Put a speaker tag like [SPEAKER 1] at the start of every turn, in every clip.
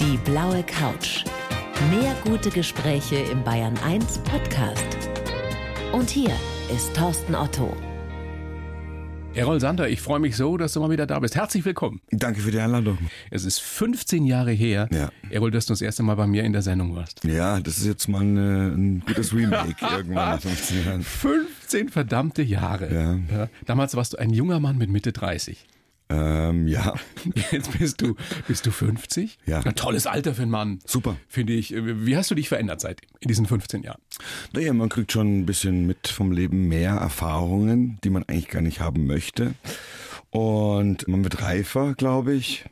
[SPEAKER 1] Die blaue Couch. Mehr gute Gespräche im Bayern 1 Podcast. Und hier ist Thorsten Otto.
[SPEAKER 2] Errol Sander, ich freue mich so, dass du mal wieder da bist. Herzlich willkommen.
[SPEAKER 3] Danke für die Einladung.
[SPEAKER 2] Es ist 15 Jahre her,
[SPEAKER 3] Ja.
[SPEAKER 2] Errol, dass du das erste Mal bei mir in der Sendung warst.
[SPEAKER 3] Ja, das ist jetzt mal eine, ein gutes Remake irgendwann nach 15 Jahren.
[SPEAKER 2] 15 verdammte Jahre.
[SPEAKER 3] Ja.
[SPEAKER 2] Damals warst du ein junger Mann mit Mitte 30.
[SPEAKER 3] Ähm, ja,
[SPEAKER 2] Jetzt bist du, bist du 50?
[SPEAKER 3] Ja.
[SPEAKER 2] Ein tolles Alter für einen Mann.
[SPEAKER 3] Super.
[SPEAKER 2] Finde ich. Wie hast du dich verändert seit in diesen 15 Jahren?
[SPEAKER 3] naja, man kriegt schon ein bisschen mit vom Leben mehr Erfahrungen, die man eigentlich gar nicht haben möchte. Und man wird reifer, glaube ich.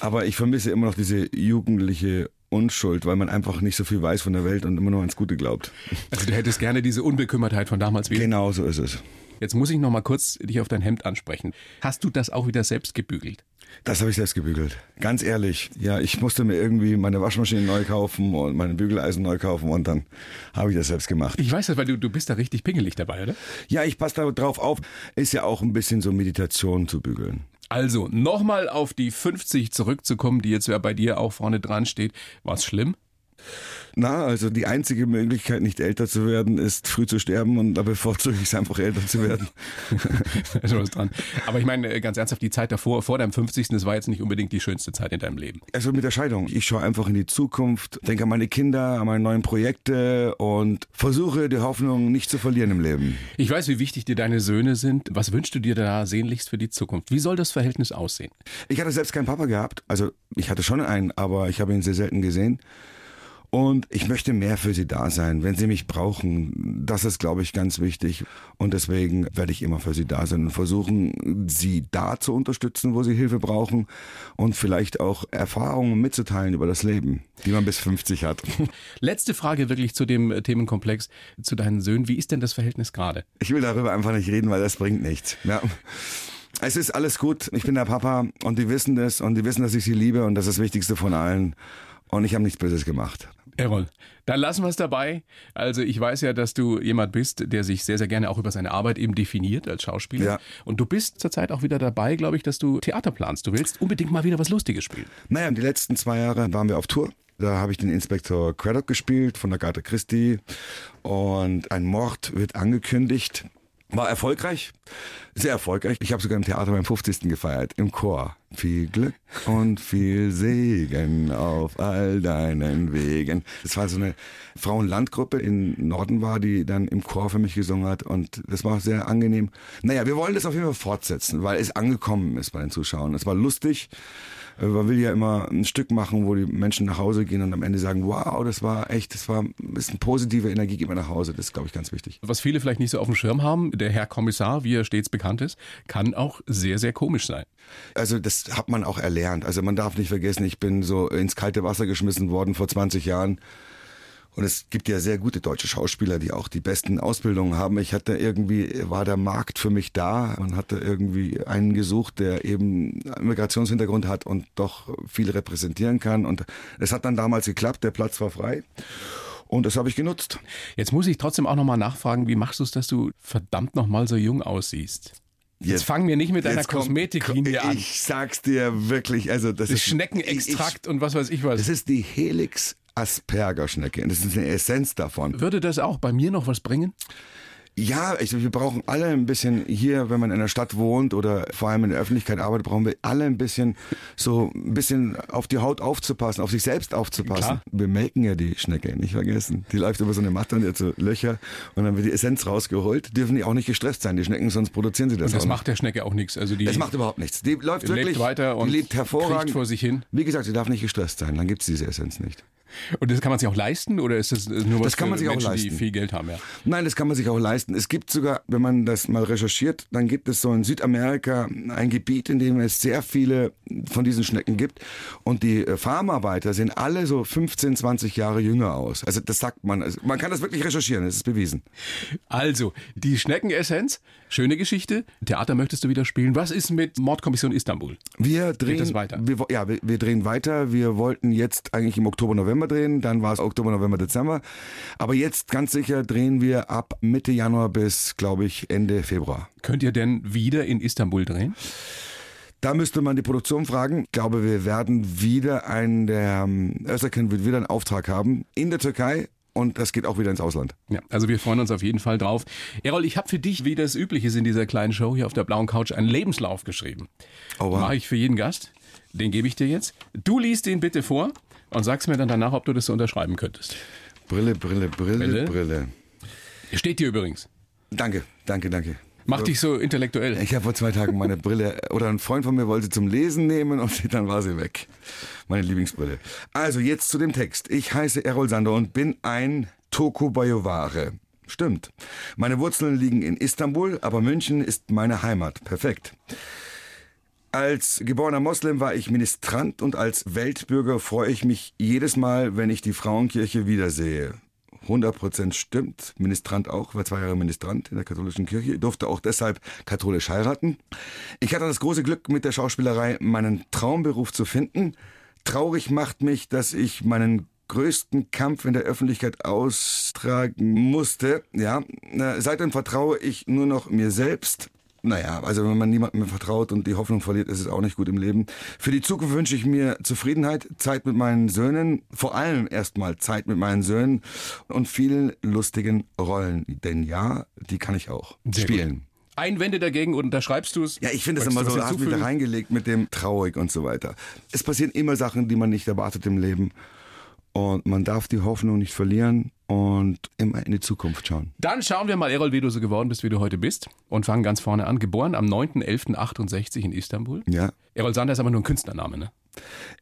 [SPEAKER 3] Aber ich vermisse immer noch diese jugendliche Unschuld, weil man einfach nicht so viel weiß von der Welt und immer nur ans Gute glaubt.
[SPEAKER 2] Also du hättest gerne diese Unbekümmertheit von damals wieder.
[SPEAKER 3] Genau so ist es.
[SPEAKER 2] Jetzt muss ich noch mal kurz dich auf dein Hemd ansprechen. Hast du das auch wieder selbst gebügelt?
[SPEAKER 3] Das habe ich selbst gebügelt. Ganz ehrlich. Ja, ich musste mir irgendwie meine Waschmaschine neu kaufen und meine Bügeleisen neu kaufen und dann habe ich das selbst gemacht.
[SPEAKER 2] Ich weiß das, weil du, du bist da richtig pingelig dabei, oder?
[SPEAKER 3] Ja, ich passe da drauf auf. Ist ja auch ein bisschen so Meditation zu bügeln.
[SPEAKER 2] Also, nochmal auf die 50 zurückzukommen, die jetzt ja bei dir auch vorne dran steht. War's schlimm?
[SPEAKER 3] Na, also die einzige Möglichkeit, nicht älter zu werden, ist früh zu sterben und da bevorzuge ich es einfach, älter zu werden.
[SPEAKER 2] Also was dran. Aber ich meine, äh, ganz ernsthaft, die Zeit davor, vor deinem 50. Das war jetzt nicht unbedingt die schönste Zeit in deinem Leben.
[SPEAKER 3] Also mit der Scheidung. Ich schaue einfach in die Zukunft, denke an meine Kinder, an meine neuen Projekte und versuche die Hoffnung nicht zu verlieren im Leben.
[SPEAKER 2] Ich weiß, wie wichtig dir deine Söhne sind. Was wünschst du dir da sehnlichst für die Zukunft? Wie soll das Verhältnis aussehen?
[SPEAKER 3] Ich hatte selbst keinen Papa gehabt. Also ich hatte schon einen, aber ich habe ihn sehr selten gesehen. Und ich möchte mehr für sie da sein, wenn sie mich brauchen. Das ist, glaube ich, ganz wichtig. Und deswegen werde ich immer für sie da sein und versuchen, sie da zu unterstützen, wo sie Hilfe brauchen und vielleicht auch Erfahrungen mitzuteilen über das Leben, die man bis 50 hat.
[SPEAKER 2] Letzte Frage wirklich zu dem äh, Themenkomplex, zu deinen Söhnen. Wie ist denn das Verhältnis gerade?
[SPEAKER 3] Ich will darüber einfach nicht reden, weil das bringt nichts. Ja. Es ist alles gut. Ich bin der Papa und die wissen das und die wissen, dass ich sie liebe und das ist das Wichtigste von allen. Und ich habe nichts Böses gemacht.
[SPEAKER 2] Errol, dann lassen wir es dabei. Also ich weiß ja, dass du jemand bist, der sich sehr, sehr gerne auch über seine Arbeit eben definiert als Schauspieler.
[SPEAKER 3] Ja.
[SPEAKER 2] Und du bist zurzeit auch wieder dabei, glaube ich, dass du Theater planst. Du willst unbedingt mal wieder was Lustiges spielen.
[SPEAKER 3] Naja, und die letzten zwei Jahre waren wir auf Tour. Da habe ich den Inspektor Craddock gespielt von Agatha Christie und ein Mord wird angekündigt. War erfolgreich, sehr erfolgreich. Ich habe sogar im Theater meinen 50. gefeiert, im Chor. Viel Glück und viel Segen auf all deinen Wegen. Das war so eine Frauenlandgruppe in Norden war, die dann im Chor für mich gesungen hat und das war sehr angenehm. Naja, wir wollen das auf jeden Fall fortsetzen, weil es angekommen ist bei den Zuschauern. Es war lustig. Äh, Man will ja immer ein Stück machen, wo die Menschen nach Hause gehen und am Ende sagen, wow, das war echt, das war ein bisschen positive Energie, geht man nach Hause. Das ist, glaube ich, ganz wichtig.
[SPEAKER 2] Was viele vielleicht nicht so auf dem Schirm haben, der Herr Kommissar, wie er stets bekannt ist, kann auch sehr, sehr komisch sein.
[SPEAKER 3] Also das hat man auch erlernt. Also man darf nicht vergessen, ich bin so ins kalte Wasser geschmissen worden vor 20 Jahren. Und es gibt ja sehr gute deutsche Schauspieler, die auch die besten Ausbildungen haben. Ich hatte irgendwie, war der Markt für mich da. Man hatte irgendwie einen gesucht, der eben einen Migrationshintergrund hat und doch viel repräsentieren kann. Und es hat dann damals geklappt, der Platz war frei. Und das habe ich genutzt.
[SPEAKER 2] Jetzt muss ich trotzdem auch nochmal nachfragen, wie machst du es, dass du verdammt nochmal so jung aussiehst? Jetzt, fangen wir nicht mit deiner
[SPEAKER 3] Jetzt kommt-
[SPEAKER 2] Kosmetiklinie an.
[SPEAKER 3] Ich sag's dir wirklich, also das,
[SPEAKER 2] Das
[SPEAKER 3] ist
[SPEAKER 2] Schneckenextrakt
[SPEAKER 3] Ich,
[SPEAKER 2] und was weiß ich was.
[SPEAKER 3] das ist die Helix Aspergerschnecke. Das ist eine Essenz davon.
[SPEAKER 2] Würde das auch bei mir noch was bringen?
[SPEAKER 3] Ja, ich, wir brauchen alle ein bisschen hier, wenn man in der Stadt wohnt oder vor allem in der Öffentlichkeit arbeitet, brauchen wir alle ein bisschen so ein bisschen auf die Haut aufzupassen, auf sich selbst aufzupassen.
[SPEAKER 2] Klar.
[SPEAKER 3] Wir melken ja die Schnecke, nicht vergessen. Die läuft über so eine Matte und die hat so Löcher und dann wird die Essenz rausgeholt. Dürfen die auch nicht gestresst sein, die Schnecken, sonst produzieren sie das.
[SPEAKER 2] Und das
[SPEAKER 3] auch nicht.
[SPEAKER 2] macht der Schnecke auch nichts. Also die
[SPEAKER 3] Es macht überhaupt nichts. Die läuft
[SPEAKER 2] Die lebt
[SPEAKER 3] wirklich
[SPEAKER 2] weiter und
[SPEAKER 3] die lebt hervorragend
[SPEAKER 2] kriecht vor sich hin.
[SPEAKER 3] Wie gesagt, sie darf nicht gestresst sein, dann gibt's diese Essenz nicht.
[SPEAKER 2] und das kann man sich auch leisten oder ist das nur was
[SPEAKER 3] Das kann
[SPEAKER 2] für
[SPEAKER 3] man sich auch
[SPEAKER 2] Menschen, die
[SPEAKER 3] leisten.
[SPEAKER 2] viel Geld haben? Ja.
[SPEAKER 3] Nein, das kann man sich auch leisten. Es gibt sogar, wenn man das mal recherchiert, dann gibt es so in Südamerika ein Gebiet, in dem es sehr viele von diesen Schnecken gibt. Und die äh, Farmarbeiter sehen alle so 15, 20 Jahre jünger aus. Also das sagt man. Also man kann das wirklich recherchieren, es ist bewiesen.
[SPEAKER 2] Also die Schneckenessenz, schöne Geschichte. Theater möchtest du wieder spielen. Was ist mit Mordkommission Istanbul?
[SPEAKER 3] Wir drehen
[SPEAKER 2] das weiter?
[SPEAKER 3] Wir, wo- ja, wir, wir drehen weiter. Wir wollten jetzt eigentlich im Oktober, November drehen. Dann war es Oktober, November, Dezember. Aber jetzt ganz sicher drehen wir ab Mitte Januar bis, glaube ich, Ende Februar.
[SPEAKER 2] Könnt ihr denn wieder in Istanbul drehen?
[SPEAKER 3] Da müsste man die Produktion fragen. Ich glaube, wir werden wieder einen, der ähm, Özerkan wird wieder einen Auftrag haben in der Türkei und das geht auch wieder ins Ausland.
[SPEAKER 2] Ja, also wir freuen uns auf jeden Fall drauf. Errol, ich habe für dich, wie das üblich ist in dieser kleinen Show hier auf der blauen Couch, einen Lebenslauf geschrieben.
[SPEAKER 3] Oh, wow.
[SPEAKER 2] Mache ich für jeden Gast. Den gebe ich dir jetzt. Du liest den bitte vor und sagst mir dann danach, ob du das so unterschreiben könntest.
[SPEAKER 3] Brille, Brille, Brille,
[SPEAKER 2] Brille?
[SPEAKER 3] Brille.
[SPEAKER 2] Steht dir übrigens.
[SPEAKER 3] Danke, danke, danke.
[SPEAKER 2] Mach dich so intellektuell.
[SPEAKER 3] Ich habe vor zwei Tagen meine Brille oder ein Freund von mir wollte sie zum Lesen nehmen und sie- dann war sie weg. Meine Lieblingsbrille. Also jetzt zu dem Text. Ich heiße Errol Sander und bin ein Tokubayovare. Stimmt. Meine Wurzeln liegen in Istanbul, aber München ist meine Heimat. Perfekt. Als geborener Moslem war ich Ministrant und als Weltbürger freue ich mich jedes Mal, wenn ich die Frauenkirche wiedersehe. 100% stimmt. Ministrant auch, war zwei Jahre Ministrant in der katholischen Kirche, durfte auch deshalb katholisch heiraten. Ich hatte das große Glück, mit der Schauspielerei meinen Traumberuf zu finden. Traurig macht mich, dass ich meinen größten Kampf in der Öffentlichkeit austragen musste. Ja, na, seitdem vertraue ich nur noch mir selbst. Naja, also wenn man niemandem mehr vertraut und die Hoffnung verliert, ist es auch nicht gut im Leben. Für die Zukunft wünsche ich mir Zufriedenheit, Zeit mit meinen Söhnen, vor allem erstmal Zeit mit meinen Söhnen und vielen lustigen Rollen. Denn ja, die kann ich auch
[SPEAKER 2] Sehr gut.
[SPEAKER 3] spielen.
[SPEAKER 2] Einwände dagegen und da schreibst du es.
[SPEAKER 3] Ja, ich finde es
[SPEAKER 2] Magst
[SPEAKER 3] immer
[SPEAKER 2] du
[SPEAKER 3] so,
[SPEAKER 2] was
[SPEAKER 3] da hast du wieder
[SPEAKER 2] hinzufügen?
[SPEAKER 3] reingelegt mit dem traurig und so weiter. Es passieren immer Sachen, die man nicht erwartet im Leben. Und man darf die Hoffnung nicht verlieren und immer in die Zukunft schauen.
[SPEAKER 2] Dann schauen wir mal, Errol, wie du so geworden bist, wie du heute bist. Und fangen ganz vorne an. Geboren am 9.11.68 in Istanbul.
[SPEAKER 3] Ja.
[SPEAKER 2] Errol Sander ist aber nur ein Künstlername, ne?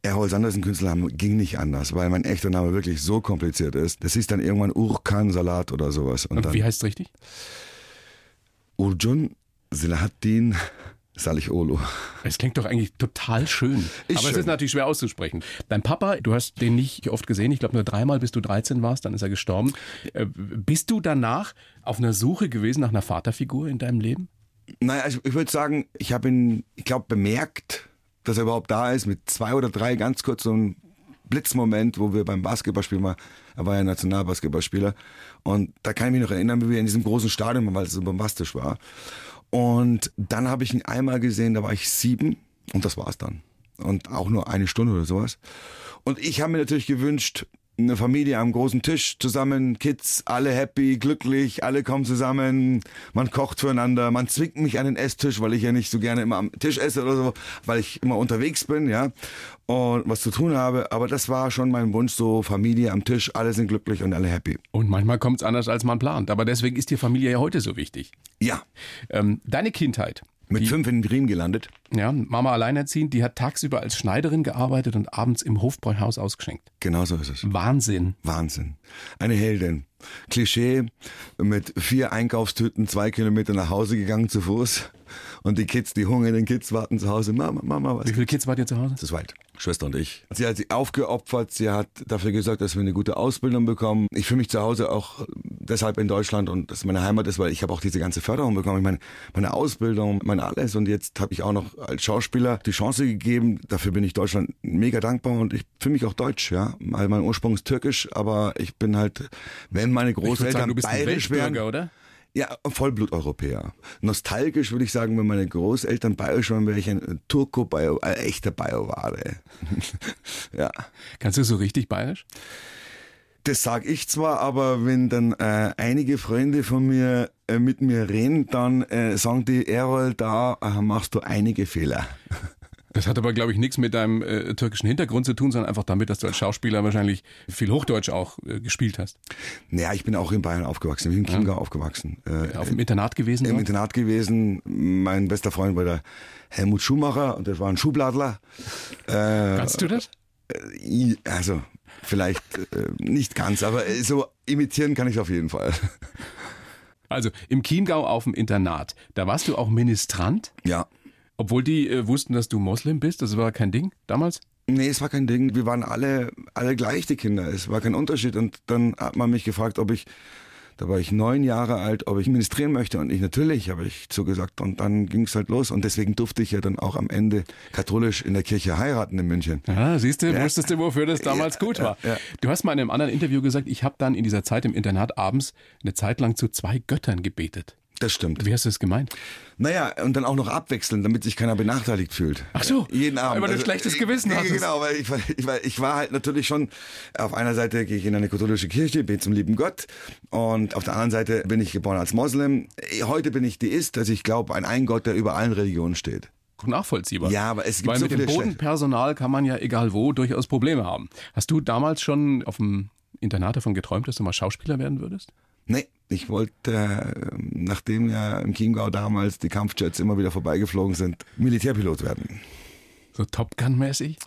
[SPEAKER 3] Errol Sandersen Künstlername ging nicht anders, weil mein echter Name wirklich so kompliziert ist. Das hieß dann irgendwann Urkan Salat oder sowas. Und
[SPEAKER 2] Und
[SPEAKER 3] dann
[SPEAKER 2] Äh, wie heißt es richtig?
[SPEAKER 3] Urjun Selahattin Salih Olu.
[SPEAKER 2] Es klingt doch eigentlich total schön.
[SPEAKER 3] Ist
[SPEAKER 2] aber es
[SPEAKER 3] schön.
[SPEAKER 2] ist natürlich schwer auszusprechen. Dein Papa, du hast den nicht oft gesehen, ich glaube nur dreimal, bis du 13 warst, dann ist er gestorben. Äh, bist du danach auf einer Suche gewesen nach einer Vaterfigur in deinem Leben?
[SPEAKER 3] Naja, ich, ich würde sagen, ich habe ihn, ich glaube, bemerkt, dass er überhaupt da ist, mit zwei oder drei ganz kurz so ein Blitzmoment, wo wir beim Basketballspiel mal, er war ja Nationalbasketballspieler, und da kann ich mich noch erinnern, wie wir in diesem großen Stadion waren, weil es so bombastisch war. Und dann habe ich ihn einmal gesehen, da war ich sieben, und das war's dann. Und auch nur eine Stunde oder sowas. Und ich habe mir natürlich gewünscht, eine Familie am großen Tisch zusammen, Kids, alle happy, glücklich, alle kommen zusammen, man kocht füreinander, man zwingt mich an den Esstisch, weil ich ja nicht so gerne immer am Tisch esse oder so, weil ich immer unterwegs bin, ja, und was zu tun habe. Aber das war schon mein Wunsch, so Familie am Tisch, alle sind glücklich und alle happy.
[SPEAKER 2] Und manchmal kommt es anders, als man plant. Aber deswegen ist dir Familie ja heute so wichtig.
[SPEAKER 3] Ja,
[SPEAKER 2] Ähm, deine Kindheit.
[SPEAKER 3] mit fünf in den Riem gelandet.
[SPEAKER 2] Ja, Mama alleinerziehend, die hat tagsüber als Schneiderin gearbeitet und abends im Hofbräuhaus ausgeschenkt.
[SPEAKER 3] Genau so ist es.
[SPEAKER 2] Wahnsinn.
[SPEAKER 3] Wahnsinn. Eine Heldin. Klischee, mit vier Einkaufstüten zwei Kilometer nach Hause gegangen zu Fuß. Und die Kids, die hungernden Kids warten zu Hause. Mama, Mama, was?
[SPEAKER 2] Wie viele Kids wart ihr zu Hause?
[SPEAKER 3] Das ist weit. Schwester und ich. Sie hat sich aufgeopfert. Sie hat dafür gesorgt, dass wir eine gute Ausbildung bekommen. Ich fühle mich zu Hause auch deshalb in Deutschland und dass meine Heimat ist, weil ich habe auch diese ganze Förderung bekommen. Ich meine, meine Ausbildung, mein alles. Und jetzt habe ich auch noch als Schauspieler die Chance gegeben. Dafür bin ich Deutschland mega dankbar und ich fühle mich auch deutsch, ja. Weil mein Ursprung ist türkisch, aber ich bin halt, wenn meine
[SPEAKER 2] Ich würde
[SPEAKER 3] Großeltern
[SPEAKER 2] sagen, du bist ein
[SPEAKER 3] bayerisch wären,
[SPEAKER 2] Weltbürger, oder?
[SPEAKER 3] ja, Vollbluteuropäer. Nostalgisch würde ich sagen, wenn meine Großeltern bayerisch waren, wäre ich ein äh, Turko-Bio, ein echter Bioware. ja.
[SPEAKER 2] Kannst du so richtig bayerisch?
[SPEAKER 3] Das sag ich zwar, aber wenn dann äh, einige Freunde von mir äh, mit mir reden, dann äh, sagen die, Errol, da äh, machst du einige Fehler.
[SPEAKER 2] Das hat aber, glaube ich, nichts mit deinem äh, türkischen Hintergrund zu tun, sondern einfach damit, dass du als Schauspieler wahrscheinlich viel Hochdeutsch auch äh, gespielt hast.
[SPEAKER 3] Naja, ich bin auch in Bayern aufgewachsen, ich bin in Chiemgau aufgewachsen. Äh,
[SPEAKER 2] Auf dem Internat gewesen.
[SPEAKER 3] im
[SPEAKER 2] dort?
[SPEAKER 3] Internat gewesen. Mein bester Freund war der Helmut Schumacher und das war ein Schubladler. Äh,
[SPEAKER 2] Kannst du das?
[SPEAKER 3] I- Also, vielleicht äh, nicht ganz, aber äh, so imitieren kann ich auf jeden Fall.
[SPEAKER 2] Also im Chiemgau auf dem Internat. Da warst du auch Ministrant,
[SPEAKER 3] Ja.
[SPEAKER 2] obwohl die äh, wussten, dass du Moslem bist. Das war kein Ding damals.
[SPEAKER 3] Nee, es war kein Ding. Wir waren alle, alle gleich, die Kinder. Es war kein Unterschied. Und dann hat man mich gefragt, ob ich, da war ich neun Jahre alt, ob ich ministrieren möchte. Und ich natürlich habe ich zugesagt. Und dann ging es halt los. Und deswegen durfte ich ja dann auch am Ende katholisch in der Kirche heiraten in München.
[SPEAKER 2] Ah, siehst du,
[SPEAKER 3] Ja.
[SPEAKER 2] wusstest du, wofür das damals
[SPEAKER 3] Ja,
[SPEAKER 2] gut
[SPEAKER 3] ja,
[SPEAKER 2] war.
[SPEAKER 3] ja.
[SPEAKER 2] Du hast mal in einem anderen Interview gesagt, ich habe dann in dieser Zeit im Internat abends eine Zeit lang zu zwei Göttern gebetet.
[SPEAKER 3] Das stimmt.
[SPEAKER 2] Wie hast du das gemeint?
[SPEAKER 3] Naja, und dann auch noch abwechseln, damit sich keiner benachteiligt fühlt.
[SPEAKER 2] Ach so.
[SPEAKER 3] Jeden Abend.
[SPEAKER 2] Weil du ein schlechtes Gewissen
[SPEAKER 3] ich,
[SPEAKER 2] hattest.
[SPEAKER 3] Genau, weil ich, war- ich, war- ich war halt natürlich schon, auf einer Seite gehe ich in eine katholische Kirche, bete zum lieben Gott und auf der anderen Seite bin ich geboren als Moslem. Heute bin ich Deist, also ich glaube an einen Gott, der über allen Religionen steht.
[SPEAKER 2] Nachvollziehbar.
[SPEAKER 3] Ja, aber es gibt
[SPEAKER 2] Weil
[SPEAKER 3] so
[SPEAKER 2] mit dem
[SPEAKER 3] viele Schle-
[SPEAKER 2] Bodenpersonal kann man ja egal wo durchaus Probleme haben. Hast du damals schon auf dem Internat davon geträumt, dass du mal Schauspieler werden würdest?
[SPEAKER 3] Nee, ich wollte, äh, nachdem ja im Chiemgau damals die Kampfjets immer wieder vorbeigeflogen sind, Militärpilot werden.
[SPEAKER 2] So Top Gun-mäßig?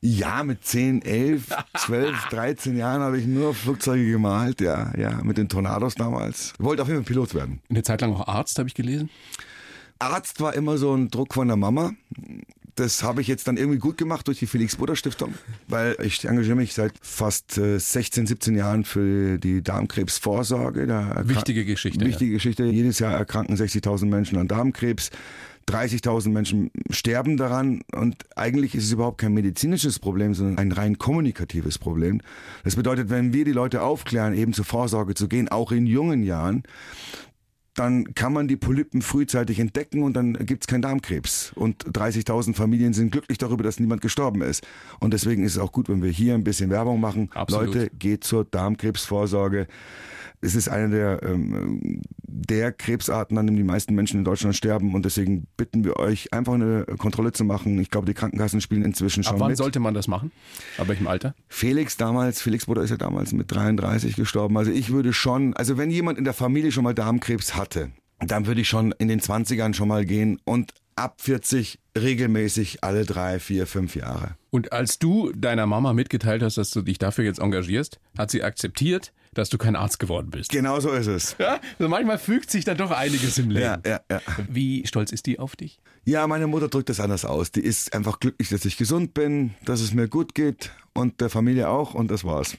[SPEAKER 3] Ja, mit 10, 11, 12, 13 Jahren habe ich nur Flugzeuge gemalt, ja, ja, mit den Tornados damals. Ich wollte auf jeden Fall Pilot werden.
[SPEAKER 2] Eine Zeit lang auch Arzt, habe ich gelesen.
[SPEAKER 3] Arzt war immer so ein Druck von der Mama. Das habe ich jetzt dann irgendwie gut gemacht durch die Felix-Bruder-Stiftung, weil ich engagiere mich seit fast äh, 16, 17 Jahren für die Darmkrebsvorsorge. Da erkrank-
[SPEAKER 2] Wichtige Geschichte,
[SPEAKER 3] Wichtige Geschichte. Jedes Jahr erkranken 60.000 Menschen an Darmkrebs. 30.000 Menschen sterben daran und eigentlich ist es überhaupt kein medizinisches Problem, sondern ein rein kommunikatives Problem. Das bedeutet, wenn wir die Leute aufklären, eben zur Vorsorge zu gehen, auch in jungen Jahren, dann kann man die Polypen frühzeitig entdecken und dann gibt's keinen Darmkrebs. Und 30.000 Familien sind glücklich darüber, dass niemand gestorben ist. Und deswegen ist es auch gut, wenn wir hier ein bisschen Werbung machen.
[SPEAKER 2] Absolut.
[SPEAKER 3] Leute, geht zur Darmkrebsvorsorge. Es ist eine der, ähm, der Krebsarten, an dem die meisten Menschen in Deutschland sterben. Und deswegen bitten wir euch, einfach eine Kontrolle zu machen. Ich glaube, die Krankenkassen spielen inzwischen schon
[SPEAKER 2] Ab wann
[SPEAKER 3] mit.
[SPEAKER 2] sollte man das machen? Ab welchem Alter?
[SPEAKER 3] Felix damals, Felix Bruder ist ja damals mit 33 gestorben. Also ich würde schon, also wenn jemand in der Familie schon mal Darmkrebs hatte, dann würde ich schon in den 20ern schon mal gehen und ab 40 regelmäßig alle drei, vier, fünf Jahre.
[SPEAKER 2] Und als du deiner Mama mitgeteilt hast, dass du dich dafür jetzt engagierst, hat sie akzeptiert, dass du kein Arzt geworden bist.
[SPEAKER 3] Genau so ist es.
[SPEAKER 2] Ja, also manchmal fügt sich dann doch einiges im Leben.
[SPEAKER 3] Ja, ja, ja.
[SPEAKER 2] Wie stolz ist die auf dich?
[SPEAKER 3] Ja, meine Mutter drückt das anders aus. Die ist einfach glücklich, dass ich gesund bin, dass es mir gut geht und der Familie auch und das war's.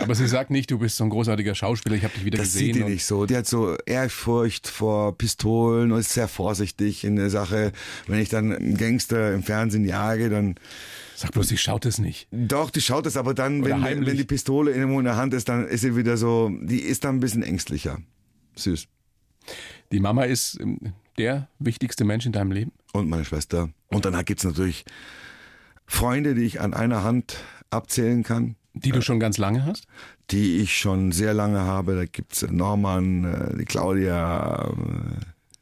[SPEAKER 2] Aber sie sagt nicht, du bist so ein großartiger Schauspieler, ich habe dich wieder
[SPEAKER 3] Das
[SPEAKER 2] gesehen.
[SPEAKER 3] sieht die
[SPEAKER 2] und-
[SPEAKER 3] nicht so. Die hat so Ehrfurcht vor Pistolen und ist sehr vorsichtig in der Sache. Wenn ich dann einen Gangster im Fernsehen jage, dann
[SPEAKER 2] Sag bloß, sie schaut es nicht.
[SPEAKER 3] doch, die schaut es, aber dann,
[SPEAKER 2] Oder
[SPEAKER 3] wenn, wenn,
[SPEAKER 2] heimlich.
[SPEAKER 3] wenn die Pistole irgendwo in der Hand ist, dann ist sie wieder so, die ist dann ein bisschen ängstlicher. Süß.
[SPEAKER 2] Die Mama ist ähm, der wichtigste Mensch in deinem Leben.
[SPEAKER 3] Und meine Schwester. Und dann gibt's natürlich Freunde, die ich an einer Hand abzählen kann.
[SPEAKER 2] Die du schon ganz lange hast?
[SPEAKER 3] die ich schon sehr lange habe. Da gibt's Norman, äh, die Claudia,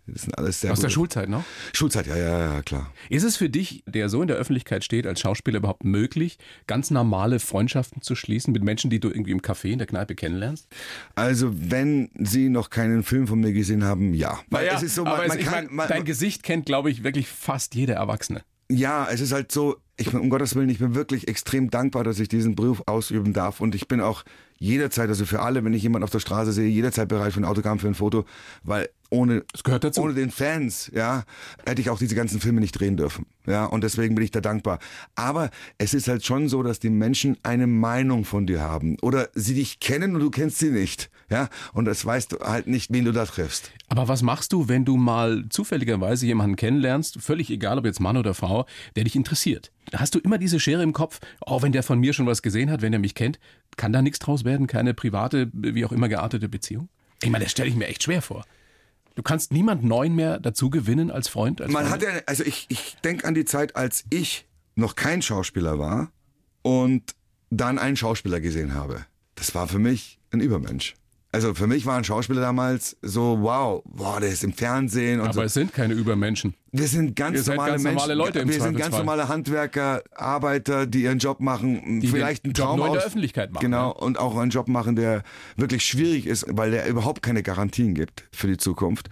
[SPEAKER 3] äh, das sind alles sehr
[SPEAKER 2] Aus der
[SPEAKER 3] gute-
[SPEAKER 2] Schulzeit noch?
[SPEAKER 3] Schulzeit, ja, ja, ja, klar.
[SPEAKER 2] Ist es für dich, der so in der Öffentlichkeit steht, als Schauspieler überhaupt möglich, ganz normale Freundschaften zu schließen mit Menschen, die du irgendwie im Café, in der Kneipe kennenlernst?
[SPEAKER 3] Also, wenn Sie noch keinen Film von mir gesehen haben, ja. Weil es ist so, man,
[SPEAKER 2] aber es,
[SPEAKER 3] man
[SPEAKER 2] ich
[SPEAKER 3] kann,
[SPEAKER 2] mein,
[SPEAKER 3] man,
[SPEAKER 2] dein Gesicht kennt, glaube ich, wirklich fast jeder Erwachsene.
[SPEAKER 3] ja, es ist halt so, ich bin, um Gottes Willen, ich bin wirklich extrem dankbar, dass ich diesen Beruf ausüben darf und ich bin auch jederzeit, also für alle, wenn ich jemanden auf der Straße sehe, jederzeit bereit für ein Autogramm, für ein Foto, weil ohne
[SPEAKER 2] Das gehört dazu.
[SPEAKER 3] Ohne den Fans, ja, hätte ich auch diese ganzen Filme nicht drehen dürfen. Ja, und deswegen bin ich da dankbar. Aber es ist halt schon so, dass die Menschen eine Meinung von dir haben. Oder sie dich kennen und du kennst sie nicht. Ja, und das weißt du halt nicht, wen du da triffst.
[SPEAKER 2] Aber was machst du, wenn du mal zufälligerweise jemanden kennenlernst, völlig egal ob jetzt Mann oder Frau, der dich interessiert? Hast du immer diese Schere im Kopf, oh, wenn der von mir schon was gesehen hat, wenn er mich kennt, kann da nichts draus werden, keine private, wie auch immer geartete Beziehung? Ich meine, das stelle ich mir echt schwer vor. Du kannst niemand neuen mehr dazu gewinnen als Freund. Als
[SPEAKER 3] Man hat
[SPEAKER 2] Freundin?
[SPEAKER 3] ja, also ich, ich denke an die Zeit, als ich noch kein Schauspieler war und dann einen Schauspieler gesehen habe. Das war für mich ein Übermensch. Also für mich war ein Schauspieler damals so, wow, wow, der ist im Fernsehen und so.
[SPEAKER 2] Aber es sind keine Übermenschen.
[SPEAKER 3] Wir sind ganz
[SPEAKER 2] Ihr seid
[SPEAKER 3] normale
[SPEAKER 2] ganz
[SPEAKER 3] Menschen.
[SPEAKER 2] normale Leute im
[SPEAKER 3] wir sind ganz
[SPEAKER 2] Zweifelsfall.
[SPEAKER 3] normale Handwerker, Arbeiter, die ihren Job machen,
[SPEAKER 2] den
[SPEAKER 3] vielleicht einen
[SPEAKER 2] Job
[SPEAKER 3] Traum
[SPEAKER 2] nur in der
[SPEAKER 3] aus-
[SPEAKER 2] Öffentlichkeit machen,
[SPEAKER 3] Genau, und auch einen Job machen, der wirklich schwierig ist, weil der überhaupt keine Garantien gibt für die Zukunft.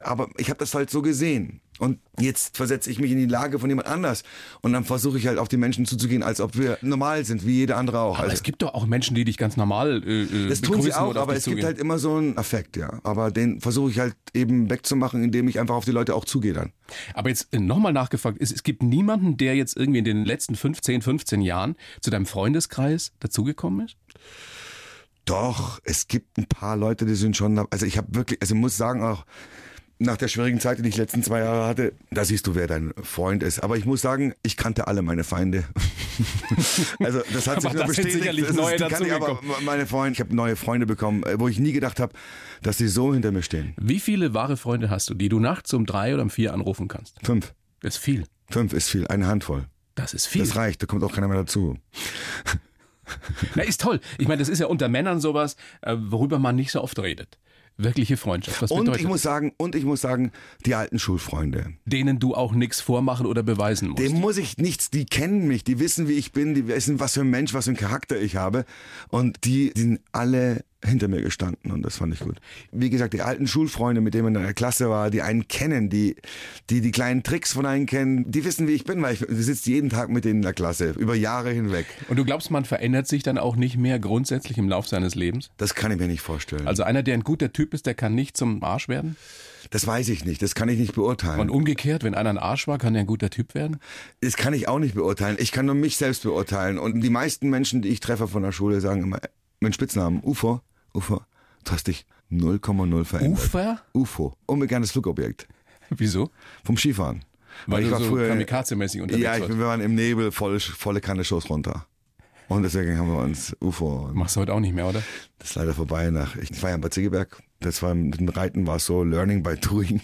[SPEAKER 3] Aber ich habe das halt so gesehen. Und jetzt versetze ich mich in die Lage von jemand anders. Und dann versuche ich halt auf die Menschen zuzugehen, als ob wir normal sind, wie jeder andere auch.
[SPEAKER 2] Aber
[SPEAKER 3] Also-
[SPEAKER 2] es gibt doch auch Menschen, die dich ganz normal äh, äh,
[SPEAKER 3] das tun sie
[SPEAKER 2] begrüßen
[SPEAKER 3] auch,
[SPEAKER 2] oder auf
[SPEAKER 3] aber
[SPEAKER 2] dich
[SPEAKER 3] es gibt
[SPEAKER 2] zugehen.
[SPEAKER 3] halt immer so einen Affekt, ja. Aber den versuche ich halt eben wegzumachen, indem ich einfach auf die Leute auch zugehe dann.
[SPEAKER 2] Aber jetzt nochmal nachgefragt, es, es gibt niemanden, der jetzt irgendwie in den letzten 15, 15 Jahren zu deinem Freundeskreis dazugekommen ist?
[SPEAKER 3] Doch, es gibt ein paar Leute, die sind schon. Also ich habe wirklich, also ich muss sagen auch nach der schwierigen Zeit, die ich letzten zwei Jahre hatte, da siehst du, wer dein Freund ist. Aber ich muss sagen, ich kannte alle meine Feinde. Also das hat sich
[SPEAKER 2] Aber
[SPEAKER 3] nur
[SPEAKER 2] das sind
[SPEAKER 3] bestätigt.
[SPEAKER 2] sicherlich
[SPEAKER 3] Das ist-
[SPEAKER 2] neue
[SPEAKER 3] die kann ich aber,
[SPEAKER 2] dazugekommen.
[SPEAKER 3] meine Freunde, ich habe neue Freunde bekommen, äh, wo ich nie gedacht habe, dass sie so hinter mir stehen.
[SPEAKER 2] Wie viele wahre Freunde hast du, die du nachts um drei oder um vier anrufen kannst?
[SPEAKER 3] Fünf.
[SPEAKER 2] Das ist viel.
[SPEAKER 3] Fünf ist viel, eine Handvoll.
[SPEAKER 2] Das ist viel.
[SPEAKER 3] Das reicht, da kommt auch keiner mehr dazu.
[SPEAKER 2] Na, ist toll. Ich meine, das ist ja unter Männern sowas, äh, worüber man nicht so oft redet. Wirkliche Freundschaft. Was
[SPEAKER 3] Und
[SPEAKER 2] bedeutet
[SPEAKER 3] ich muss sagen, und ich muss sagen, die alten Schulfreunde,
[SPEAKER 2] denen du auch nichts vormachen oder beweisen musst.
[SPEAKER 3] dem muss ich nichts, die kennen mich, die wissen, wie ich bin, die wissen, was für ein Mensch, was für ein Charakter ich habe und die sind alle hinter mir gestanden und das fand ich gut. Wie gesagt, die alten Schulfreunde, mit denen man in der Klasse war, die einen kennen, die die, die kleinen Tricks von einem kennen, die wissen, wie ich bin, weil ich sitze jeden Tag mit denen in der Klasse, über Jahre hinweg.
[SPEAKER 2] Und du glaubst, man verändert sich dann auch nicht mehr grundsätzlich im Lauf seines Lebens?
[SPEAKER 3] Das kann ich mir nicht vorstellen.
[SPEAKER 2] Also einer, der ein guter Typ ist, der kann nicht zum Arsch werden?
[SPEAKER 3] das weiß ich nicht, das kann ich nicht beurteilen.
[SPEAKER 2] Und umgekehrt, wenn einer ein Arsch war, kann er ein guter Typ werden?
[SPEAKER 3] Das kann ich auch nicht beurteilen. Ich kann nur mich selbst beurteilen. Und die meisten Menschen, die ich treffe von der Schule, sagen immer, mein Spitznamen, UFO, UFO, du hast dich 0,0 verändert.
[SPEAKER 2] Ufer?
[SPEAKER 3] UFO, unbekanntes Flugobjekt.
[SPEAKER 2] Wieso?
[SPEAKER 3] Vom Skifahren.
[SPEAKER 2] Weil,
[SPEAKER 3] ich
[SPEAKER 2] du
[SPEAKER 3] war
[SPEAKER 2] so
[SPEAKER 3] früher-
[SPEAKER 2] kamikaze-mäßig unterwegs
[SPEAKER 3] Ja, ich,
[SPEAKER 2] warst.
[SPEAKER 3] wir waren im Nebel, voll, volle Kanne Schuss runter. Und deswegen haben wir uns UFO. Und
[SPEAKER 2] Machst du heute auch nicht mehr, oder?
[SPEAKER 3] das ist leider vorbei. Nach, ich war ja in Bad Ziegeberg. Das war mit dem Reiten war es so Learning by Doing.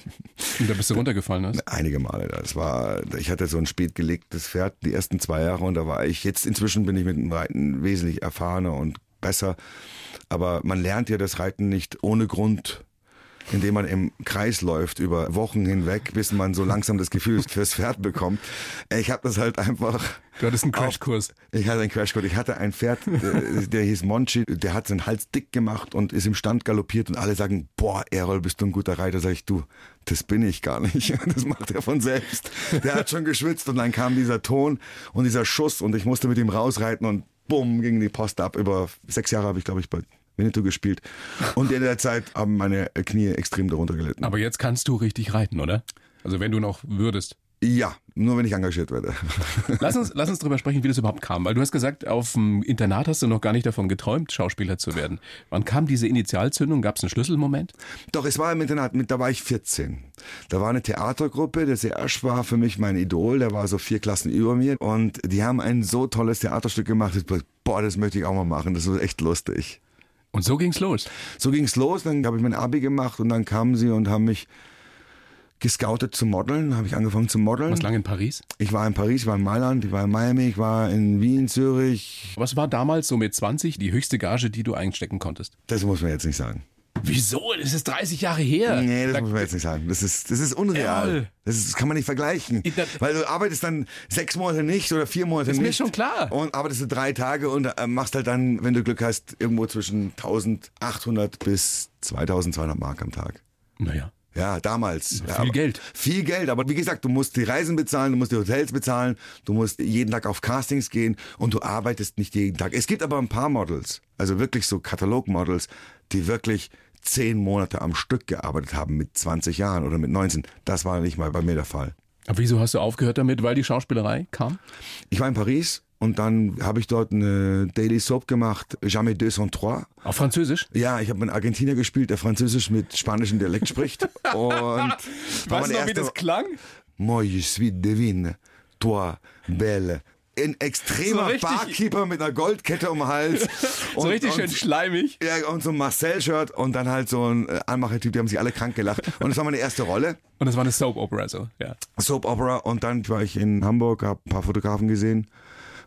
[SPEAKER 2] Und da bist du runtergefallen, hast?
[SPEAKER 3] Einige Male. Das war, ich hatte so ein spät gelegtes Pferd die ersten zwei Jahre und da war ich, jetzt inzwischen bin ich mit dem Reiten wesentlich erfahrener und besser. Aber man lernt ja das Reiten nicht ohne Grund, indem man im Kreis läuft über Wochen hinweg, bis man so langsam das Gefühl fürs Pferd bekommt. Ich habe das halt einfach
[SPEAKER 2] Du hattest einen Crashkurs.
[SPEAKER 3] ich hatte einen Crashcode. Ich hatte ein Pferd, äh, der, der hieß Monchi, der hat seinen Hals dick gemacht und ist im Stand galoppiert und alle sagen, boah, Errol, bist du ein guter Reiter? Sag ich, du, das bin ich gar nicht. Das macht er von selbst. Der hat schon geschwitzt und dann kam dieser Ton und dieser Schuss und ich musste mit ihm rausreiten und bumm, ging die Post ab. Über sechs Jahre habe ich, glaube ich, bei Winnetou gespielt. Und in der Zeit haben meine Knie extrem darunter gelitten.
[SPEAKER 2] Aber jetzt kannst du richtig reiten, oder? Also wenn du noch würdest.
[SPEAKER 3] Ja, nur wenn ich engagiert werde.
[SPEAKER 2] Lass uns, lass uns darüber sprechen, wie das überhaupt kam. Weil du hast gesagt, auf dem Internat hast du noch gar nicht davon geträumt, Schauspieler zu werden. Wann kam diese Initialzündung? Gab es einen Schlüsselmoment?
[SPEAKER 3] Doch, es war im Internat, mit, da war ich 14. Da war eine Theatergruppe, der Serge war für mich mein Idol, der war so vier Klassen über mir und die haben ein so tolles Theaterstück gemacht. Ich dachte, boah, das möchte ich auch mal machen, das ist echt lustig.
[SPEAKER 2] Und so ging's los.
[SPEAKER 3] So ging's los, dann habe ich mein Abi gemacht und dann kamen sie und haben mich gescoutet zu modeln, habe ich angefangen zu modeln.
[SPEAKER 2] Was lang in Paris?
[SPEAKER 3] Ich war in Paris, ich war in Mailand, ich war in Miami, ich war in Wien, Zürich.
[SPEAKER 2] Was war damals so mit 20 die höchste Gage, die du einstecken konntest?
[SPEAKER 3] Das muss man jetzt nicht sagen.
[SPEAKER 2] Wieso? Das ist 30 Jahre her.
[SPEAKER 3] Nee, das
[SPEAKER 2] Da-
[SPEAKER 3] muss man jetzt nicht sagen. Das ist, das ist unreal.
[SPEAKER 2] Errol.
[SPEAKER 3] Das, ist, das kann man nicht vergleichen.
[SPEAKER 2] Ich- da-
[SPEAKER 3] Weil du arbeitest dann sechs Monate nicht oder vier Monate
[SPEAKER 2] Ist
[SPEAKER 3] nicht.
[SPEAKER 2] mir schon klar.
[SPEAKER 3] Und arbeitest du drei Tage und äh, machst halt dann, wenn du Glück hast, irgendwo zwischen 1800 bis 2200 Mark am Tag.
[SPEAKER 2] naja.
[SPEAKER 3] Ja, damals. Ja, aber-
[SPEAKER 2] Geld.
[SPEAKER 3] Viel Geld, aber wie gesagt, du musst die Reisen bezahlen, du musst die Hotels bezahlen, du musst jeden Tag auf Castings gehen und du arbeitest nicht jeden Tag. Es gibt aber ein paar Models, also wirklich so Katalogmodels, die wirklich zehn Monate am Stück gearbeitet haben mit 20 Jahren oder mit 19. Das war nicht mal bei mir der Fall.
[SPEAKER 2] Aber wieso hast du aufgehört damit? Weil die Schauspielerei kam?
[SPEAKER 3] Ich war in Paris und dann habe ich dort eine Daily Soap gemacht, Jamais deux sans trois.
[SPEAKER 2] Auf Französisch?
[SPEAKER 3] Ja, ich habe in Argentinier gespielt, der Französisch mit spanischem Dialekt spricht. Und war mein erster-
[SPEAKER 2] klang?
[SPEAKER 3] Moi, je suis divine. Toi, belle. Ein
[SPEAKER 2] So
[SPEAKER 3] extremer
[SPEAKER 2] richtig-
[SPEAKER 3] Barkeeper mit einer Goldkette um den Hals.
[SPEAKER 2] So richtig schön
[SPEAKER 3] und,
[SPEAKER 2] schleimig.
[SPEAKER 3] ja, und so ein Marcel-Shirt und dann halt so ein äh, Anmachertyp, die haben sich alle krank gelacht. Und das war meine erste Rolle,
[SPEAKER 2] Und das war eine Soap Opera, so. Ja.
[SPEAKER 3] Soap Opera. Und dann war ich in Hamburg, habe ein paar Fotografen gesehen.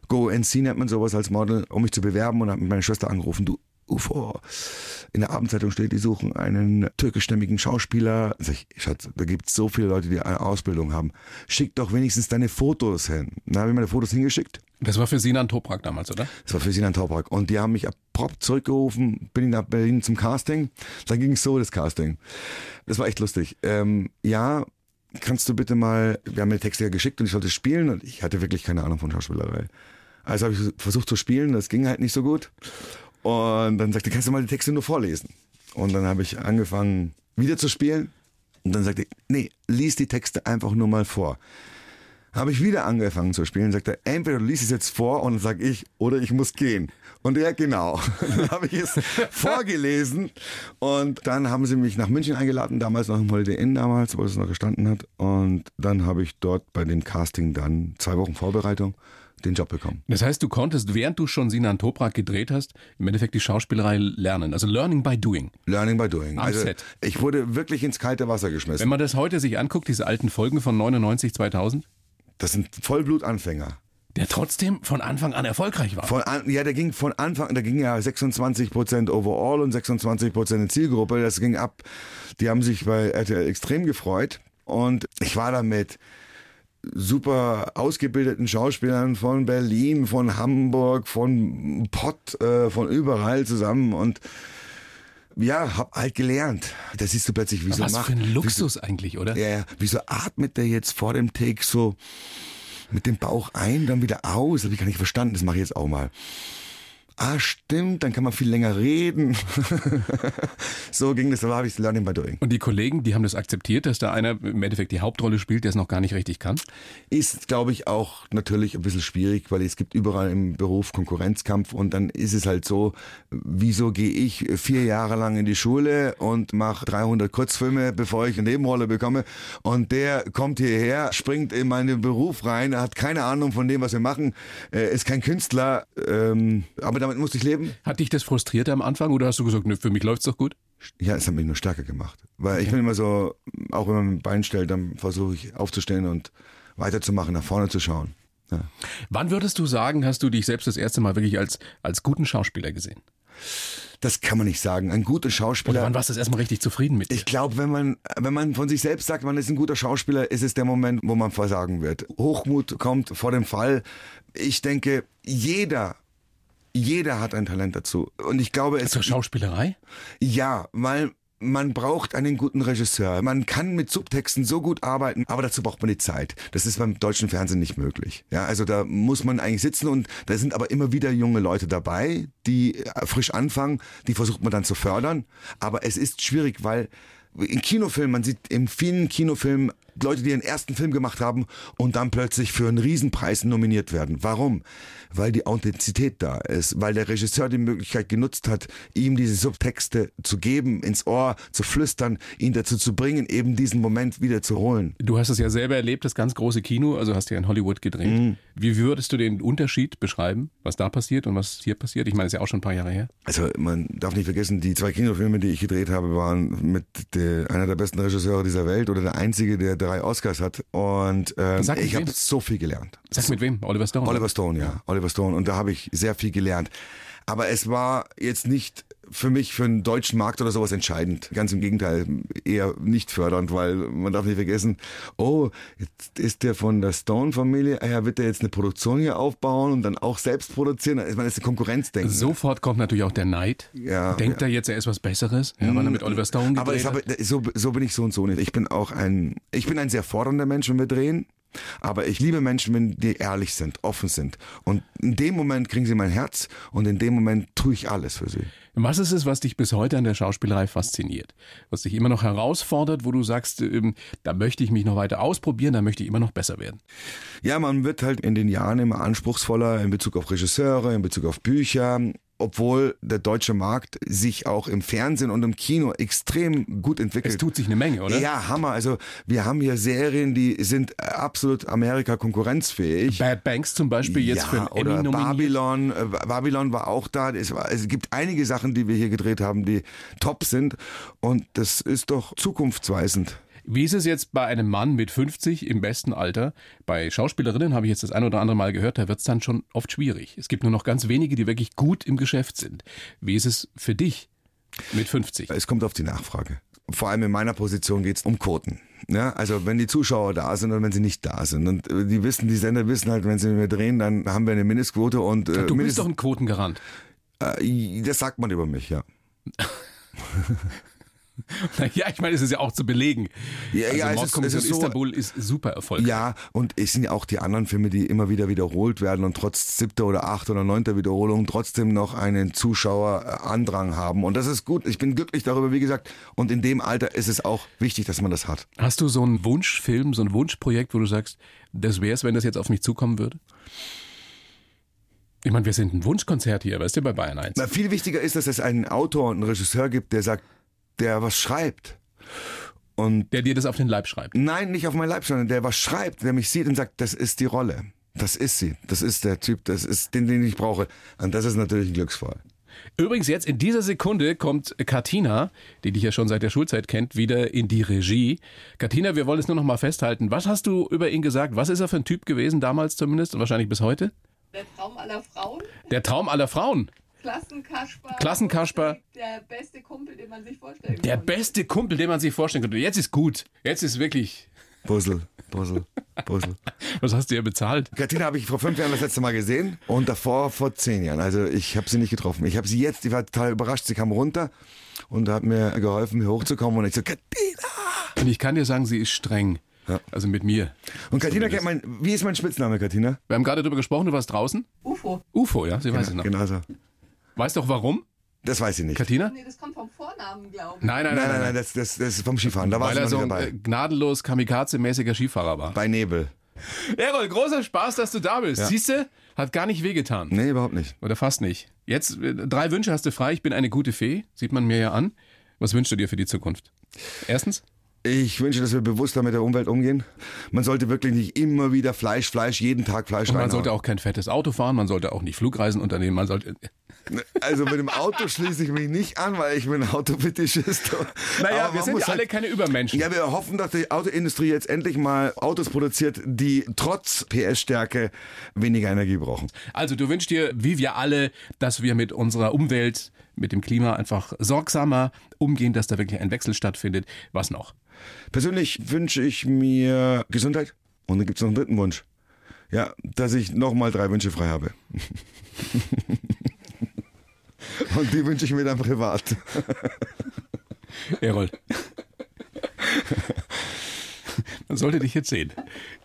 [SPEAKER 3] Go NC nennt man sowas als Model, um mich zu bewerben. Und habe meine Schwester angerufen, du UFO. In der Abendzeitung steht, die suchen einen türkischstämmigen Schauspieler. Sag ich, Schatz, da gibt's so viele Leute, die eine Ausbildung haben. Schick doch wenigstens deine Fotos hin. Dann habe ich meine Fotos hingeschickt.
[SPEAKER 2] Das war für Sinan Toprak damals, oder?
[SPEAKER 3] Das war für Sinan Taubrak. Und die haben mich abrupt zurückgerufen, bin ich nach Berlin zum Casting. Dann ging es so, das Casting. Das war echt lustig. Ähm, ja, kannst du bitte mal, wir haben mir Texte ja geschickt und ich sollte spielen und ich hatte wirklich keine Ahnung von Schauspielerei. Also habe ich versucht zu spielen, das ging halt nicht so gut. Und dann sagte, kannst du mal die Texte nur vorlesen? Und dann habe ich angefangen, wieder zu spielen. Und dann sagte ich, nee, lies die Texte einfach nur mal vor. Habe ich wieder angefangen zu spielen, sagt er, entweder du liest es jetzt vor und dann sag ich, oder ich muss gehen. Und er, genau. Dann habe ich es vorgelesen und dann haben sie mich nach München eingeladen, damals noch im Holiday Inn damals, wo es noch gestanden hat. Und dann habe ich dort bei dem Casting dann zwei Wochen Vorbereitung den Job bekommen.
[SPEAKER 2] Das heißt, du konntest, während du schon Sinan Toprak gedreht hast, im Endeffekt die Schauspielerei lernen. Also Learning by Doing.
[SPEAKER 3] Learning by doing.
[SPEAKER 2] Am
[SPEAKER 3] also
[SPEAKER 2] Set.
[SPEAKER 3] ich wurde wirklich ins kalte Wasser geschmissen.
[SPEAKER 2] Wenn man das heute sich anguckt, diese alten Folgen von 99, 2000,
[SPEAKER 3] Das sind Vollblutanfänger.
[SPEAKER 2] der trotzdem von Anfang an erfolgreich war.
[SPEAKER 3] Von an, ja, der ging von Anfang, da ging ja 26% overall und 26% in Zielgruppe, das ging ab. Die haben sich bei RTL extrem gefreut und ich war da mit super ausgebildeten Schauspielern von Berlin, von Hamburg, von Pott, äh, von überall zusammen und ja, hab halt gelernt. Da siehst du plötzlich, wie so
[SPEAKER 2] Was
[SPEAKER 3] macht.
[SPEAKER 2] für ein
[SPEAKER 3] wie so-
[SPEAKER 2] Luxus eigentlich, oder?
[SPEAKER 3] ja, ja. Wieso atmet der jetzt vor dem Take so mit dem Bauch ein, dann wieder aus? Hab ich gar nicht verstanden. Das mache ich jetzt auch mal. Ah, stimmt, dann kann man viel länger reden. so ging das, da habe ich Learning by Doing.
[SPEAKER 2] Und die Kollegen, die haben das akzeptiert, dass da einer im Endeffekt die Hauptrolle spielt, der es noch gar nicht richtig kann.
[SPEAKER 3] Ist, glaube ich, auch natürlich ein bisschen schwierig, weil es gibt überall im Beruf Konkurrenzkampf und dann ist es halt so, wieso gehe ich vier Jahre lang in die Schule und mache 300 Kurzfilme, bevor ich eine Nebenrolle bekomme und der kommt hierher, springt in meinen Beruf rein, hat keine Ahnung von dem, was wir machen, äh, ist kein Künstler, ähm, aber damit musste ich leben.
[SPEAKER 2] Hat dich das frustriert am Anfang oder hast du gesagt, nö, für mich läuft's doch gut?
[SPEAKER 3] Ja, es hat mich nur stärker gemacht. Weil ich bin immer so, auch wenn man ein Bein stellt, dann versuche ich aufzustehen und weiterzumachen, nach vorne zu schauen. Ja.
[SPEAKER 2] Wann würdest du sagen, hast du dich selbst das erste Mal wirklich als, als guten Schauspieler gesehen?
[SPEAKER 3] Das kann man nicht sagen. Ein guter
[SPEAKER 2] Oder
[SPEAKER 3] Schauspieler.
[SPEAKER 2] wann warst du das erstmal richtig zufrieden mit dir?
[SPEAKER 3] Ich glaube, wenn man, wenn man von sich selbst sagt, man ist ein guter Schauspieler, ist es der Moment, wo man versagen wird. Hochmut kommt vor dem Fall. Ich denke, jeder, jeder hat ein Talent dazu. Und ich glaube, es,
[SPEAKER 2] Zur Schauspielerei?
[SPEAKER 3] ja, weil man braucht einen guten Regisseur. Man kann mit Subtexten so gut arbeiten, aber dazu braucht man die Zeit. Das ist beim deutschen Fernsehen nicht möglich. Ja, also da muss man eigentlich sitzen und da sind aber immer wieder junge Leute dabei, die äh, frisch anfangen, die versucht man dann zu fördern. Aber es ist schwierig, weil in Kinofilmen, man sieht in vielen Kinofilmen Leute, die ihren ersten Film gemacht haben und dann plötzlich für einen Riesenpreis nominiert werden. Warum? Weil die Authentizität da ist, weil der Regisseur die Möglichkeit genutzt hat, ihm diese Subtexte zu geben, ins Ohr zu flüstern, ihn dazu zu bringen, eben diesen Moment wieder zu holen.
[SPEAKER 2] Du hast es ja selber erlebt, das ganz große Kino, also hast ja in Hollywood gedreht.
[SPEAKER 3] Mhm.
[SPEAKER 2] Wie würdest du den Unterschied beschreiben, was da passiert und was hier passiert? Ich meine, das ist ja auch schon ein paar Jahre her.
[SPEAKER 3] Also man darf nicht vergessen, die zwei Kinofilme, die ich gedreht habe, waren mit der, einer der besten Regisseure dieser Welt oder der einzige, der drei Oscars hat. Und ähm,
[SPEAKER 2] Sag mir
[SPEAKER 3] ich habe
[SPEAKER 2] wen.
[SPEAKER 3] so viel gelernt.
[SPEAKER 2] Sag mit wem? Oliver Stone.
[SPEAKER 3] Oliver Stone, ja. Oliver Stone. Und da habe ich sehr viel gelernt. Aber es war jetzt nicht für mich für den deutschen Markt oder sowas entscheidend. Ganz im Gegenteil, eher nicht fördernd, weil man darf nicht vergessen, oh, jetzt ist der von der Stone-Familie, ah ja, wird der jetzt eine Produktion hier aufbauen und dann auch selbst produzieren? Ich meine, das ist ein Konkurrenzdenken.
[SPEAKER 2] Sofort kommt natürlich auch der Neid.
[SPEAKER 3] Ja. Mhm.
[SPEAKER 2] Denkt er jetzt, er ist was Besseres, ja, weil er mit Oliver Stone gedreht
[SPEAKER 3] Aber ich habe,
[SPEAKER 2] hat?
[SPEAKER 3] so, so bin ich so und so nicht. Ich bin auch ein, ich bin ein sehr fordernder Mensch, wenn wir drehen. Aber ich liebe Menschen, wenn die ehrlich sind, offen sind. Und in dem Moment kriegen sie mein Herz und in dem Moment tue ich alles für sie.
[SPEAKER 2] Was ist es, was dich bis heute an der Schauspielerei fasziniert? Was dich immer noch herausfordert, wo du sagst, ähm, da möchte ich mich noch weiter ausprobieren, da möchte ich immer noch besser werden.
[SPEAKER 3] Ja, man wird halt in den Jahren immer anspruchsvoller in Bezug auf Regisseure, in Bezug auf Bücher. Obwohl der deutsche Markt sich auch im Fernsehen und im Kino extrem gut entwickelt.
[SPEAKER 2] Es tut sich eine Menge, oder?
[SPEAKER 3] Äh, Ja, Hammer. Also wir haben hier Serien, die sind absolut Amerika konkurrenzfähig.
[SPEAKER 2] Bad Banks zum Beispiel jetzt
[SPEAKER 3] ja,
[SPEAKER 2] für einen
[SPEAKER 3] oder
[SPEAKER 2] Emmy nominiert.
[SPEAKER 3] Babylon. äh, Babylon war auch da. Es, war, es gibt einige Sachen, die wir hier gedreht haben, die top sind. Und das ist doch zukunftsweisend.
[SPEAKER 2] Wie ist es jetzt bei einem Mann mit 50 im besten Alter? Bei Schauspielerinnen habe ich jetzt das ein oder andere Mal gehört, da wird es dann schon oft schwierig. Es gibt nur noch ganz wenige, die wirklich gut im Geschäft sind. Wie ist es für dich mit 50?
[SPEAKER 3] Es kommt auf die Nachfrage. Vor allem in meiner Position geht's um Quoten. Ja, also wenn die Zuschauer da sind und wenn sie nicht da sind. Und äh, die wissen, die Sender wissen halt, wenn sie wir drehen, dann haben wir eine Mindestquote und äh,
[SPEAKER 2] Du bist
[SPEAKER 3] mindestens-
[SPEAKER 2] doch ein Quotengarant.
[SPEAKER 3] äh, das sagt man über mich, ja.
[SPEAKER 2] Ja, ich meine, es ist ja auch zu belegen.
[SPEAKER 3] Ja,
[SPEAKER 2] also
[SPEAKER 3] ja, es ist-
[SPEAKER 2] Mordkommission
[SPEAKER 3] es ist so-
[SPEAKER 2] Istanbul ist super erfolgreich.
[SPEAKER 3] Ja, und es sind ja auch die anderen Filme, die immer wieder wiederholt werden und trotz siebter oder achter oder neunter Wiederholung trotzdem noch einen Zuschauerandrang haben. Und das ist gut. Ich bin glücklich darüber, wie gesagt. Und in dem Alter ist es auch wichtig, dass man das hat.
[SPEAKER 2] Hast du so einen Wunschfilm, so ein Wunschprojekt, wo du sagst, das wär's, wenn das jetzt auf mich zukommen würde? Ich meine, wir sind ein Wunschkonzert hier, weißt du, bei Bayern 1.
[SPEAKER 3] Na, viel wichtiger ist, dass es einen Autor und einen Regisseur gibt, der sagt, der was schreibt. Und
[SPEAKER 2] Der dir das auf den Leib schreibt.
[SPEAKER 3] Nein, nicht auf mein Leib, sondern der was schreibt, der mich sieht und sagt, das ist die Rolle. Das ist sie. Das ist der Typ, das ist den, den ich brauche. Und das ist natürlich ein Glücksfall.
[SPEAKER 2] Übrigens, jetzt in dieser Sekunde kommt Katina, die dich ja schon seit der Schulzeit kennt, wieder in die Regie. Katina, wir wollen es nur noch mal festhalten. Was hast du über ihn gesagt? Was ist er für ein Typ gewesen, damals zumindest und wahrscheinlich bis heute?
[SPEAKER 4] Der Traum aller Frauen,
[SPEAKER 2] Der Traum aller Frauen.
[SPEAKER 4] Klassenkasper.
[SPEAKER 2] Klassenkasper.
[SPEAKER 4] und Der beste Kumpel, den man sich vorstellen kann.
[SPEAKER 2] Der beste Kumpel, den man sich vorstellen könnte. Jetzt ist gut. Jetzt ist wirklich.
[SPEAKER 3] Puzzle, Puzzle, Puzzle.
[SPEAKER 2] Was hast du ihr bezahlt?
[SPEAKER 3] Katina habe ich vor fünf Jahren das letzte Mal gesehen und davor vor zehn Jahren. Also ich habe sie nicht getroffen. Ich habe sie jetzt, ich war total überrascht, sie kam runter und hat mir geholfen, hier hochzukommen. Und ich so, Katina!
[SPEAKER 2] Und ich kann dir sagen, sie ist streng.
[SPEAKER 3] Ja.
[SPEAKER 2] Also mit mir.
[SPEAKER 3] Und Katina kennt mein, wie ist mein Spitzname, Katina?
[SPEAKER 2] Wir haben gerade darüber gesprochen, du warst draußen.
[SPEAKER 4] UFO.
[SPEAKER 2] UFO, ja, sie weiß es noch.
[SPEAKER 3] Genau so.
[SPEAKER 2] Weißt doch warum,
[SPEAKER 3] Das weiß sie nicht.
[SPEAKER 2] Katina?
[SPEAKER 4] Nee, das kommt vom Vornamen, glaube ich.
[SPEAKER 2] Nein, nein, nein,
[SPEAKER 3] Nein, nein, nein, das, das, das ist vom Skifahren. Da war
[SPEAKER 2] Weil
[SPEAKER 3] sie
[SPEAKER 2] er
[SPEAKER 3] noch
[SPEAKER 2] so
[SPEAKER 3] nicht
[SPEAKER 2] ein
[SPEAKER 3] dabei.
[SPEAKER 2] äh, gnadenlos kamikaze-mäßiger Skifahrer war.
[SPEAKER 3] Bei Nebel.
[SPEAKER 2] Errol, großer Spaß, dass du da bist. Siehste, hat gar nicht wehgetan.
[SPEAKER 3] Nee, überhaupt nicht.
[SPEAKER 2] Oder fast nicht. Jetzt, äh, drei Wünsche hast du frei. Ich bin eine gute Fee, sieht man mir ja an. Was wünschst du dir für die Zukunft? Erstens,
[SPEAKER 3] Ich wünsche, dass wir bewusster mit der Umwelt umgehen. Man sollte wirklich nicht immer wieder Fleisch, Fleisch, jeden Tag Fleisch
[SPEAKER 2] man
[SPEAKER 3] reinhauen.
[SPEAKER 2] sollte auch kein fettes Auto fahren, man sollte auch nicht Flugreisen unternehmen, man sollte...
[SPEAKER 3] Also mit dem Auto schließe ich mich nicht an, weil ich bin Autofetischist. Aber
[SPEAKER 2] Naja,
[SPEAKER 3] man
[SPEAKER 2] wir sind
[SPEAKER 3] muss
[SPEAKER 2] ja alle
[SPEAKER 3] halt-
[SPEAKER 2] keine Übermenschen.
[SPEAKER 3] ja, wir hoffen, dass die Autoindustrie jetzt endlich mal Autos produziert, die trotz PS-Stärke weniger Energie brauchen.
[SPEAKER 2] Also du wünschst dir, wie wir alle, dass wir mit unserer Umwelt, mit dem Klima einfach sorgsamer umgehen, dass da wirklich ein Wechsel stattfindet. Was noch?
[SPEAKER 3] Persönlich wünsche ich mir Gesundheit. Und dann gibt's noch einen dritten Wunsch. Ja, dass ich nochmal drei Wünsche frei habe. Und die wünsche ich mir dann privat.
[SPEAKER 2] Errol. Man sollte dich jetzt sehen.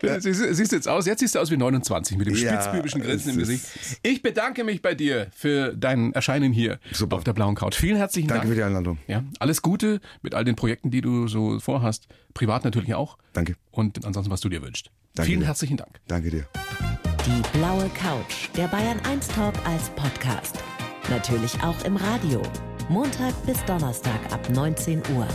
[SPEAKER 2] Siehst, du- siehst du jetzt aus? Jetzt siehst du aus wie 29 mit dem
[SPEAKER 3] Ja,
[SPEAKER 2] spitzbübischen Grinsen im
[SPEAKER 3] es
[SPEAKER 2] Gesicht.
[SPEAKER 3] ist-
[SPEAKER 2] Ich bedanke mich bei dir für dein Erscheinen hier
[SPEAKER 3] Super.
[SPEAKER 2] auf der blauen Couch. Vielen herzlichen
[SPEAKER 3] Danke für
[SPEAKER 2] Dank.
[SPEAKER 3] die Einladung.
[SPEAKER 2] Ja, alles Gute mit all den Projekten, die du so vorhast. Privat natürlich auch.
[SPEAKER 3] Danke.
[SPEAKER 2] Und ansonsten, was du dir wünschst.
[SPEAKER 3] Danke
[SPEAKER 2] Vielen
[SPEAKER 3] dir.
[SPEAKER 2] herzlichen Dank.
[SPEAKER 3] Danke dir.
[SPEAKER 1] Die blaue Couch, der Bayern 1 Talk als Podcast. Natürlich auch im Radio. Montag bis Donnerstag ab 19 Uhr.